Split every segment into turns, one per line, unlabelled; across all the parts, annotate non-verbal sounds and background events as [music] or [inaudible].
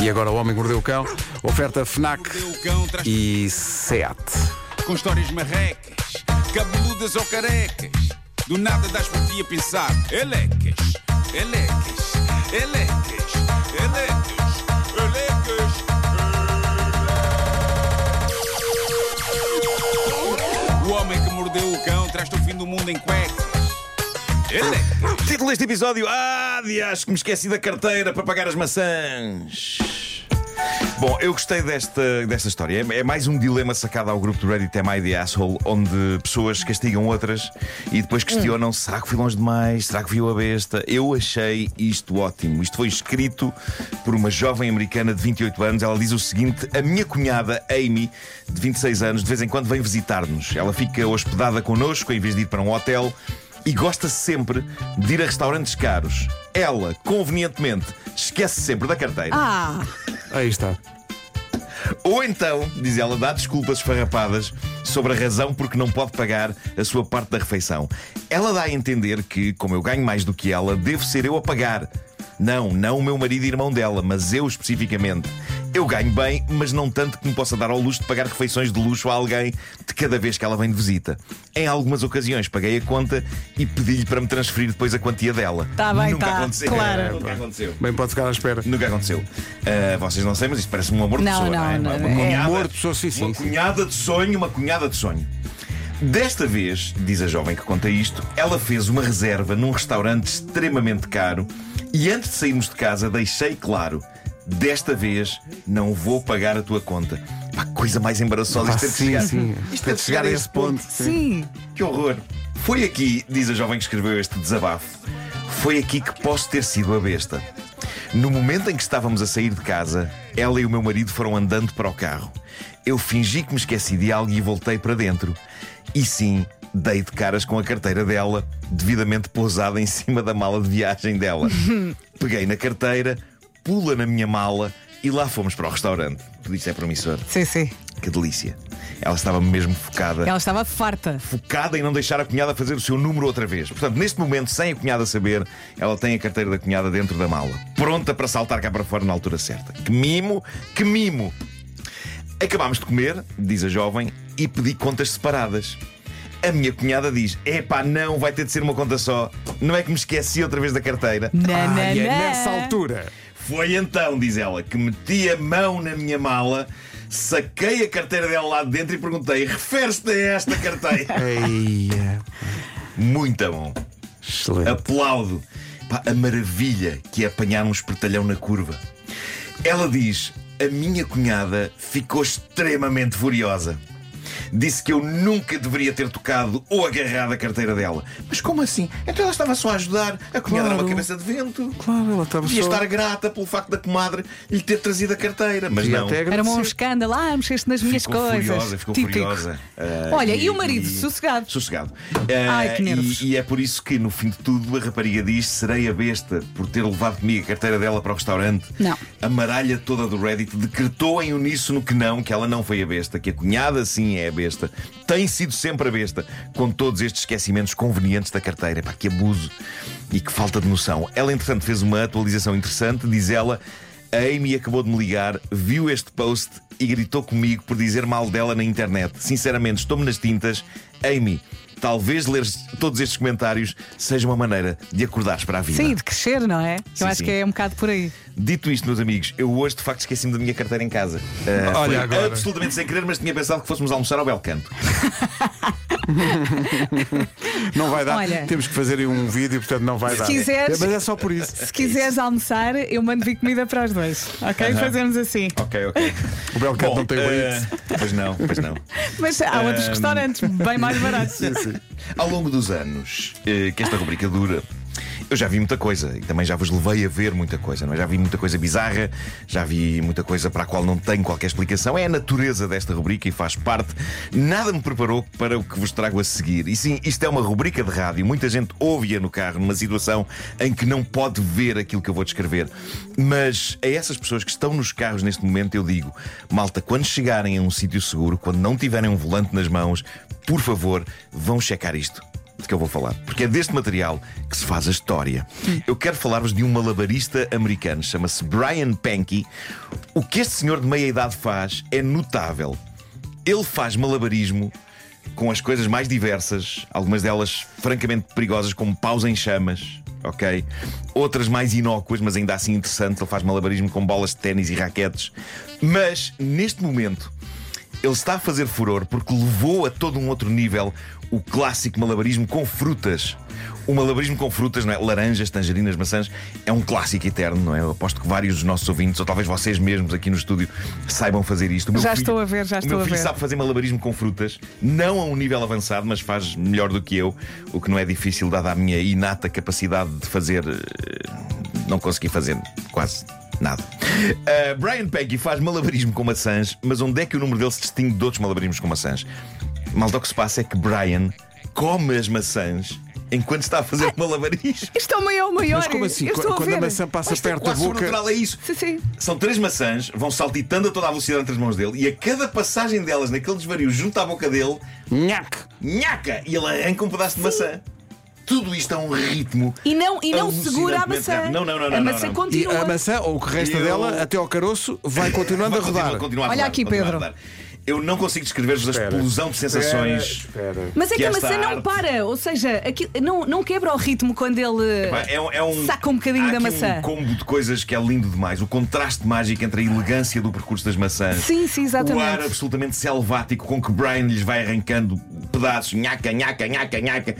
E agora o Homem que Mordeu o Cão, oferta FNAC
Mordeu o Cão traz-
e SEAT.
com histórias marrecas, cabeludas ou carecas. Do nada das por ti a pensar. Elecas, elecas, elecas, elecas, elecas. O homem que mordeu o cão traz-te o fim do mundo em cuecas. Elecas.
Título deste episódio: Ah, dias que me esqueci da carteira para pagar as maçãs. Bom, eu gostei desta, desta história. É é mais um dilema sacado ao grupo do Reddit Am I the Asshole, onde pessoas castigam outras e depois questionam: será que fui longe demais? Será que viu a besta? Eu achei isto ótimo. Isto foi escrito por uma jovem americana de 28 anos. Ela diz o seguinte: A minha cunhada Amy, de 26 anos, de vez em quando vem visitar-nos. Ela fica hospedada connosco em vez de ir para um hotel e gosta sempre de ir a restaurantes caros. Ela, convenientemente, esquece sempre da carteira.
Ah,
Aí está.
Ou então, diz ela, dá desculpas esfarrapadas sobre a razão porque não pode pagar a sua parte da refeição. Ela dá a entender que, como eu ganho mais do que ela, devo ser eu a pagar. Não, não o meu marido e irmão dela, mas eu especificamente. Eu ganho bem, mas não tanto que me possa dar ao luxo de pagar refeições de luxo a alguém de cada vez que ela vem de visita. Em algumas ocasiões paguei a conta e pedi-lhe para me transferir depois a quantia dela.
Tá bem,
Nunca
tá,
aconteceu. É,
claro.
Nunca aconteceu.
Bem, pode ficar à espera.
Nunca aconteceu. Ah, vocês não sabem, mas isto parece um amor de
Não,
pessoa.
não,
é?
não,
Uma
é.
cunhada,
Amor de pessoa, sim, sim,
Uma
sim.
cunhada de sonho, uma cunhada de sonho. Desta vez, diz a jovem que conta isto, ela fez uma reserva num restaurante extremamente caro e antes de sairmos de casa deixei claro: desta vez não vou pagar a tua conta. Pá, que coisa mais embaraçosa
Ah,
isto é de
sim,
chegar,
sim.
Isto
Tem
é de chegar a esse ponto.
sim.
Que horror! Foi aqui, diz a jovem que escreveu este desabafo, foi aqui que posso ter sido a besta. No momento em que estávamos a sair de casa, ela e o meu marido foram andando para o carro. Eu fingi que me esqueci de algo e voltei para dentro. E sim, dei de caras com a carteira dela, devidamente pousada em cima da mala de viagem dela. Peguei na carteira, pula na minha mala e lá fomos para o restaurante. Tudo isto é promissor.
Sim, sim.
Que delícia! Ela estava mesmo focada
Ela estava farta.
focada em não deixar a cunhada fazer o seu número outra vez. Portanto, neste momento, sem a cunhada saber, ela tem a carteira da cunhada dentro da mala, pronta para saltar cá para fora na altura certa. Que mimo, que mimo! Acabámos de comer, diz a jovem, e pedi contas separadas. A minha cunhada diz: Epá, não, vai ter de ser uma conta só. Não é que me esqueci outra vez da carteira.
Na, na,
e é
na.
nessa altura.
Foi então, diz ela, que meti a mão na minha mala, saquei a carteira dela lá de dentro e perguntei: Refere-se a esta carteira? [laughs]
Eia,
Muito bom.
excelente.
Aplaudo Pá, a maravilha que é apanhar um espertalhão na curva. Ela diz: A minha cunhada ficou extremamente furiosa. Disse que eu nunca deveria ter tocado ou agarrado a carteira dela. Mas como assim? Então ela estava só a ajudar. A cunhada era
Claro.
uma cabeça de vento.
Claro, Ah, ela estava
Devia
só-
estar grata pelo facto da comadre lhe ter trazido a carteira. Mas
E
não.
até
Era um
agradecer.
escândalo. Ah, mexeste nas minhas
ficou
coisas.
furiosa, ficou
Típico.
furiosa. Ah,
Olha, e o marido? Sossegado.
Sossegado.
Ai,
Ah,
que nervos.
E, e é por isso que, no fim de tudo, a rapariga diz: serei a besta por ter levado comigo a carteira dela para o restaurante.
Não.
A maralha toda do Reddit decretou em uníssono que não, que ela não foi a besta, que a cunhada sim é a besta. Tem sido sempre a besta, com todos estes esquecimentos convenientes da carteira. Pá, que abuso e que falta de noção. Ela, entretanto, fez uma atualização interessante, diz ela. A Amy acabou de me ligar, viu este post e gritou comigo por dizer mal dela na internet. Sinceramente, estou-me nas tintas. Amy, talvez ler todos estes comentários seja uma maneira de acordares para a vida.
Sim, de crescer, não é?
Sim,
Eu acho
sim.
que é um bocado por aí.
Dito isto, meus amigos, eu hoje de facto esqueci-me da minha carteira em casa. Ah,
Olha
foi
agora.
absolutamente sem querer, mas tinha pensado que fôssemos almoçar ao Belcanto.
Não vai dar.
Olha.
Temos que fazer aí um vídeo, portanto não vai
Se
dar.
quiseres-
Mas é só por isso.
Se quiseres almoçar, eu mando vir comida para os dois. Ok? Fazemos assim.
Ok, ok.
O Belcanto
Bom,
não tem o
ah, Pois não, pois não.
Mas há outros restaurantes bem mais baratos.
[laughs] Ao longo dos anos eh, que esta rubrica dura, eu já vi muita coisa e também já vos levei a ver muita coisa. Não é? Já vi muita coisa bizarra, já vi muita coisa para a qual não tenho qualquer explicação. É a natureza desta rubrica e faz parte. Nada me preparou para o que vos trago a seguir. E sim, isto é uma rubrica de rádio. Muita gente ouve-a no carro numa situação em que não pode ver aquilo que eu vou descrever. Mas a essas pessoas que estão nos carros neste momento, eu digo: malta, quando chegarem a um sítio seguro, quando não tiverem um volante nas mãos, por favor, vão checar isto. de que eu vou falar, porque é deste material que se faz a história. Eu quero falar-vos de um malabarista americano, chama-se Brian Pankey. O que este senhor de meia idade faz é notável. Ele faz malabarismo com as coisas mais diversas, algumas delas francamente perigosas, como paus em chamas, ok? Outras mais inócuas, mas ainda assim interessantes. Ele faz malabarismo com bolas de ténis e raquetes. Mas, neste momento, ele está a fazer furor porque levou a todo um outro nível o clássico malabarismo com frutas. O malabarismo com frutas, não é? Laranjas, tangerinas, maçãs, é um clássico eterno, não é? Eu aposto que vários dos nossos ouvintes, ou talvez vocês mesmos aqui no estúdio, saibam fazer isto. O meu
Já estou a ver, já
o
estou
meu
a
filho
ver.
sabe fazer malabarismo com frutas, não a um nível avançado, mas faz melhor do que eu, o que não é difícil, dada a minha inata capacidade de fazer. eh, Não consegui fazer quase nada. Ah, Brian Peggy faz malabarismo com maçãs, mas onde é que o número dele se distingue de outros malabarismos com maçãs? Malta, o que se passa é que Brian come as maçãs enquanto está a fazer malabarismo.
Isto é o maior, maior.
Mas como assim?
Eu estou
Quando
a ver.
a maçã [laughs] passa
Isto é
perto da
quase
boca.
natural, é isso.
Sim, sim.
São três maçãs, vão saltitando a toda a velocidade entre as mãos dele e a cada passagem delas naquele desvario junto à boca dele,
Nhaque!
nhaca! E ele arranca um pedaço de maçã. Tudo isto a um ritmo.
E não, e não
alucinante.
segura a maçã.
Não, não, não, não.
A
não,
maçã
não.
E
continua.
a maçã, ou o que resta
Eu-
dela, até ao caroço, vai continuando a
Vai, continua,
rodar.
continua a
Olha
rodar,
aqui,
continua a
Pedro.
rodar. Eu não consigo descrever-vos a
Espera.
explosão de sensações.
Espera.
Mas é
que
que a
esta
maçã não
arte-
para, ou seja, aquilo- não, não quebra o ritmo quando ele.
Pá, É, um- é um,
Saca um bocadinho
há
da
aqui
maçã.
um combo de coisas que é lindo demais. O contraste mágico entre a elegância do percurso das maçãs.
Sim, sim,
O ar
exatamente.
absolutamente selvático com que Brian lhes vai arrancando pedaços, nhaca, nhaca, nhaca, nhaca.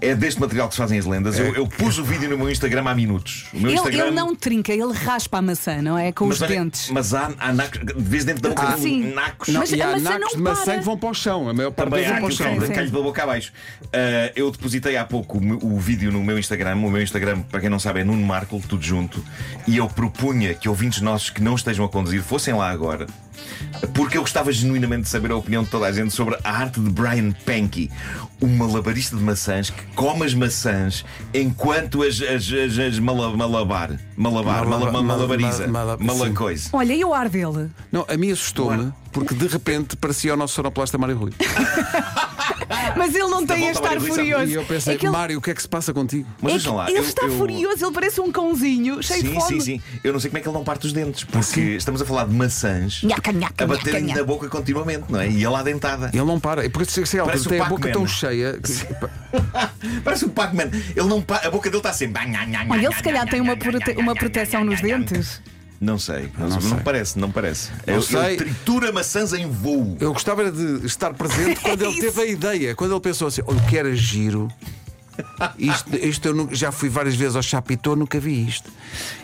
É deste material que se fazem as lendas. Eu, eu pus o vídeo no meu Instagram há minutos. O meu
Ele,
Instagram...
ele não trinca, ele raspa a maçã, não é? Com os
olha,
dentes.
Mas há, há nacos, de vez dentro da boca
Ah,
dele,
sim.
nacos.
Não,
Mas
e
a
há
maçã
nacos
não
de maçã
para.
que vão para o chão. A maior parte
Também
deles
há
vão para o
aquele
chão.
que arranca-lhe pela boca abaixo. Ah, eu depositei há pouco o, meu- o vídeo no meu Instagram. O meu Instagram, para quem não sabe, é Nuno Marco, tudo junto. E eu propunha que ouvintes nossos que não estejam a conduzir fossem lá agora. Porque eu gostava genuinamente de saber a opinião de toda a gente sobre a arte de Brian Pankey, um malabarista de maçãs que come as maçãs enquanto as, as, as, as mala- malabar,
Malaba-
malabar, mala- mala- malabariza,
mala- mala- sim.
malacoisa.
Olha, e o ar dele?
Não, a mim assustou-me, porque de repente parecia o nosso sonoplasta
[laughs]
Mário Rui.
Mas ele não tem a
volta
estar
ao Maria
furioso.
E eu pensei,
É que ele-
Mário, o que é que se passa contigo?
Mas
é que
vejam lá,
ele
eu-
está
eu-
furioso, ele parece um cãozinho cheio de
Sim,
fome.
sim, sim. Eu não sei como é que ele não parte os dentes, porque estamos a falar de maçãs
Nhaca, nhaca,
a baterem
nhaca,
na boca continuamente, não é? E ela à dentada.
Ele não para. É porque se- se ele
Parece o
tem a
Pac-Man.
boca tão cheia. que-
[laughs] Parece um Pac-Man. Ele não pa- A boca dele está sempre.
Olha, ele se calhar tem uma, prote- uma proteção nos dentes.
Não sei, não,
Não
sei. Não
sei.
parece, não parece. ele,
sei.
ele tritura maçãs em voo.
Eu gostava era de
[laughs]
estar presente quando
É
ele teve a ideia, quando ele pensou assim: olha, o que era giro. Isto, isto eu nunca- já fui várias vezes ao Chapitão, nunca vi isto.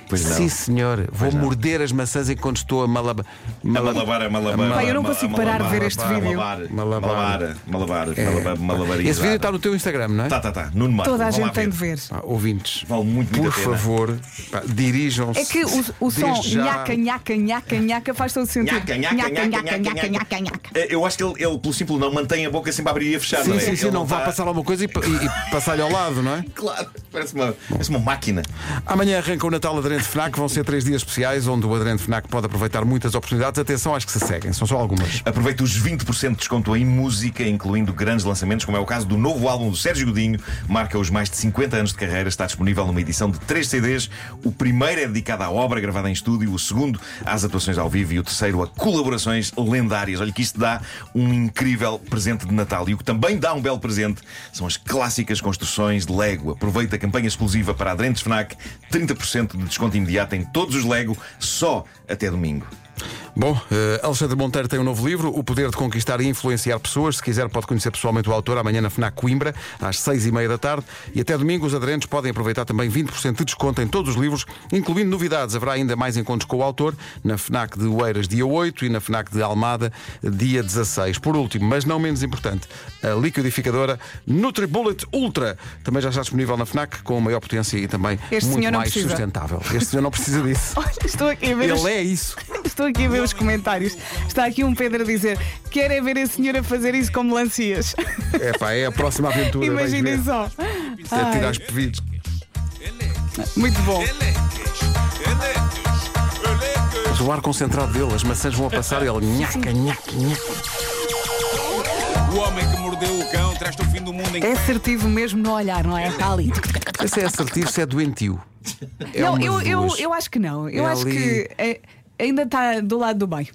Pois não.
Sim, senhor, vou morder as maçãs enquanto estou a malaba,
A
mala-
malabar, a malabar.
Pá, eu não consigo parar de ver este vídeo.
Malabar,
Malabar. É.
malabar, malabar, malabar, malabarizar.
Esse vídeo está no teu Instagram, não é?
Tá, tá, tá. Nuno Marco.
Toda a
vão lá
gente tem de ver.
Pá, ouvintes,
Vale muito,
por
muito a pena.
favor, pá, dirijam-se.
É que o, o som
desde já.
nhaca, nhaca, nhaca, nhaca faz todo o sentido.
Nhaca, nhaca, nhaca, nhaca, nhaca, nhaca, nhaca. Eh, Eu acho que ele, ele, pelo simples não, mantém a boca sempre a abrir e a fechar.
Sim,
não é?
sim, sim,
Ele
não vá
tá-
passar alguma coisa e, pa- e- e passar-lhe ao lado, não é?
[laughs] Claro, parece uma, parece uma máquina.
Amanhã arranca o Natal Aderente FNAC, vão ser três dias especiais onde o Aderente FNAC pode aproveitar muitas oportunidades. Atenção às que se seguem, são só algumas.
Aproveita os 20% de desconto em música, incluindo grandes lançamentos, como é o caso do novo álbum do Sérgio Godinho, marca os mais de 50 anos de carreira, está disponível numa edição de 3 CDs. O primeiro é dedicado à obra gravada em estúdio, o segundo às atuações ao vivo e o terceiro a colaborações lendárias. Olha que isto dá um incrível presente de Natal. E o que também dá um belo presente são as clássicas construções de Lego. Aproveita a campanha exclusiva para aderentes FNAC, 30% de desconto imediato em todos os Lego, só até domingo.
Bom, eh, Alexandre Monteiro tem um novo livro, O Poder de Conquistar e Influenciar Pessoas. Se quiser, pode conhecer pessoalmente o autor amanhã na FNAC Coimbra, às seis e meia da tarde. E até domingo, os aderentes podem aproveitar também 20% de desconto em todos os livros, incluindo novidades. Haverá ainda mais encontros com o autor na FNAC de Oeiras, dia 8, e na FNAC de Almada, dia 16. Por último, mas não menos importante, a liquidificadora NutriBullet Ultra. Também já está disponível na FNAC, com maior potência e também
Este
muito
senhor não
mais
precisa.
sustentável. Este senhor não precisa
[laughs]
disso.
Olha, estou aqui a ver. os-
Ele é isso.
Estou aqui a ver os comentários. Está aqui um Pedro a dizer: quer é ver a senhora fazer isso como melancias.
É pá, é a próxima aventura. vais ver.
Imaginem só.
a
Ai,
é tirar os pevidos.
muito bom.
Mas o ar concentrado dele, as maçãs vão a passar e ele nhaca, nhaca, nhaca.
O homem que mordeu o cão traz-te o fim do mundo em
É assertivo mesmo no olhar, não é? Está ali.
Mas se é assertivo, se é doentio. É
não,
uma
eu,
de
eu,
duas.
eu acho que não. Eu
É
acho
ali.
que é, ainda está do lado do bem.